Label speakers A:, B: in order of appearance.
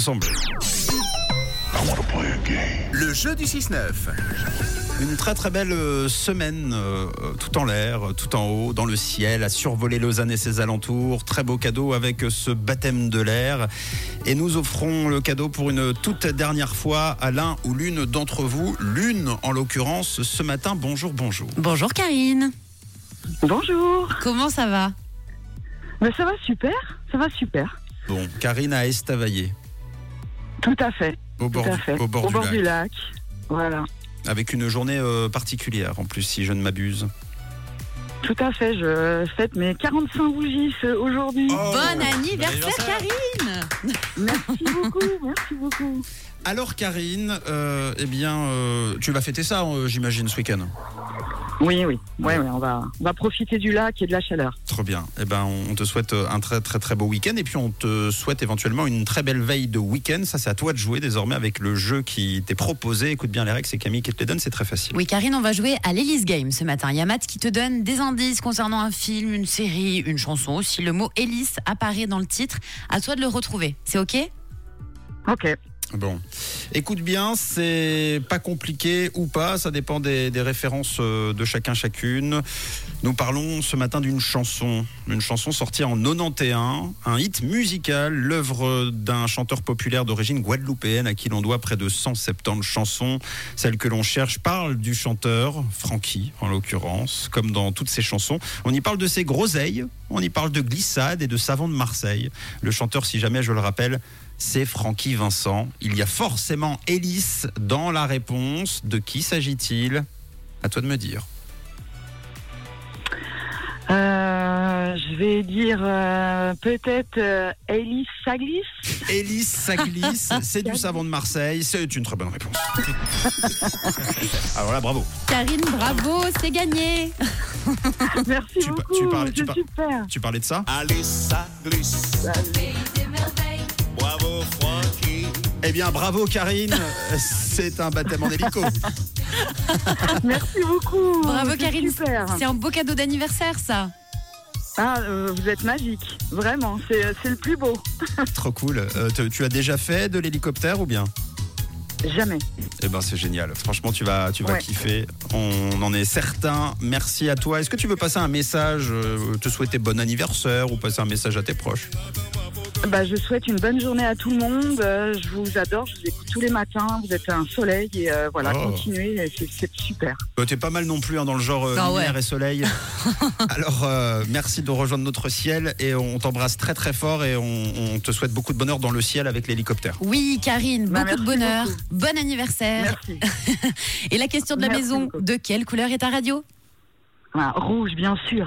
A: ensemble.
B: Le jeu du 6-9.
A: Une très très belle euh, semaine, euh, tout en l'air, euh, tout en haut, dans le ciel, à survoler Lausanne et ses alentours. Très beau cadeau avec euh, ce baptême de l'air. Et nous offrons le cadeau pour une toute dernière fois à l'un ou l'une d'entre vous. L'une en l'occurrence ce matin. Bonjour, bonjour.
C: Bonjour Karine,
D: Bonjour.
C: comment ça va
D: Mais ça va super, ça va super.
A: Bon, Karine a estavaillé
D: Tout à fait,
A: au
D: tout
A: bord,
D: à
A: du,
D: fait.
A: au bord du lac,
D: lac. Voilà.
A: avec une journée euh, particulière en plus, si je ne m'abuse.
D: Tout à fait, je fête mes 45 bougies ce- aujourd'hui.
A: Oh,
C: Bon
A: bon
C: anniversaire
A: anniversaire.
C: Karine
D: Merci beaucoup, merci beaucoup.
A: Alors Karine, euh, eh bien, euh, tu vas fêter ça, euh, j'imagine, ce week-end.
D: Oui, oui, ouais, ouais, on, va, on va profiter du lac et de la chaleur.
A: Trop bien. Eh ben, on te souhaite un très très très beau week-end et puis on te souhaite éventuellement une très belle veille de week-end. Ça, c'est à toi de jouer désormais avec le jeu qui t'est proposé. Écoute bien les règles, c'est Camille qui te les donne, c'est très facile.
C: Oui Karine, on va jouer à l'Elise Game ce matin. Il y a Matt qui te donne des indices concernant un film, une série, une chanson aussi. Le mot Élise apparaît dans le titre. À toi de le retrouver, c'est ok
D: Ok,
A: Bon, écoute bien, c'est pas compliqué ou pas, ça dépend des, des références euh, de chacun chacune. Nous parlons ce matin d'une chanson, une chanson sortie en 91, un hit musical, l'œuvre d'un chanteur populaire d'origine guadeloupéenne à qui l'on doit près de 170 chansons. Celle que l'on cherche parle du chanteur, Francky en l'occurrence, comme dans toutes ses chansons. On y parle de ses groseilles, on y parle de glissade et de savon de Marseille. Le chanteur, si jamais je le rappelle, c'est Francky Vincent. Il y a forcément Élise dans la réponse. De qui s'agit-il À toi de me dire.
D: Euh, je vais dire euh, peut-être euh, Elise Saglis.
A: Élise, ça glisse, c'est du savon de Marseille. C'est une très bonne réponse. Alors là, bravo.
C: Karine, bravo, c'est gagné
D: Merci
A: Tu pa-
D: beaucoup,
A: tu parlais- tu
D: c'est
A: par-
D: super.
A: Tu parlais de ça
B: Allez, ça glisse. Bravo, Francky.
A: Eh bien, bravo Karine. C'est un baptême en hélico.
D: Merci beaucoup.
C: Bravo
D: Oh, c'est
C: Karine,
D: Super.
C: c'est un beau cadeau d'anniversaire ça
D: Ah, euh, vous êtes magique, vraiment, c'est euh, c'est le plus beau.
A: Trop cool. Euh, te- tu as déjà fait de l'hélicoptère ou bien
D: Jamais.
A: Eh ben, c'est génial. Franchement, tu vas, tu vas
D: Ouais.
A: kiffer. On en est certain. Merci à toi. Est-ce que tu veux passer un message, euh, te souhaiter bon anniversaire ou passer un message à tes proches
D: Bah, je souhaite une bonne journée à tout le monde. Euh, je vous adore, je vous écoute tous les matins. Vous êtes un soleil et euh, voilà,
A: Oh.
D: continuez, et c'est- c'est super.
A: Euh, T'es pas mal non plus hein, dans le genre euh,
C: Ah ouais.
A: lumière et soleil. Alors, euh, merci de rejoindre notre ciel et on t'embrasse très très fort et on, on te souhaite beaucoup de bonheur dans le ciel avec l'hélicoptère.
C: Oui Karine,
D: Bah,
C: beaucoup de
D: merci
C: bonheur,
D: beaucoup.
C: bon anniversaire
D: Merci.
C: Et la question de la
D: Merci
C: maison,
D: beaucoup.
C: de quelle couleur est ta radio
D: Ah, rouge, bien sûr.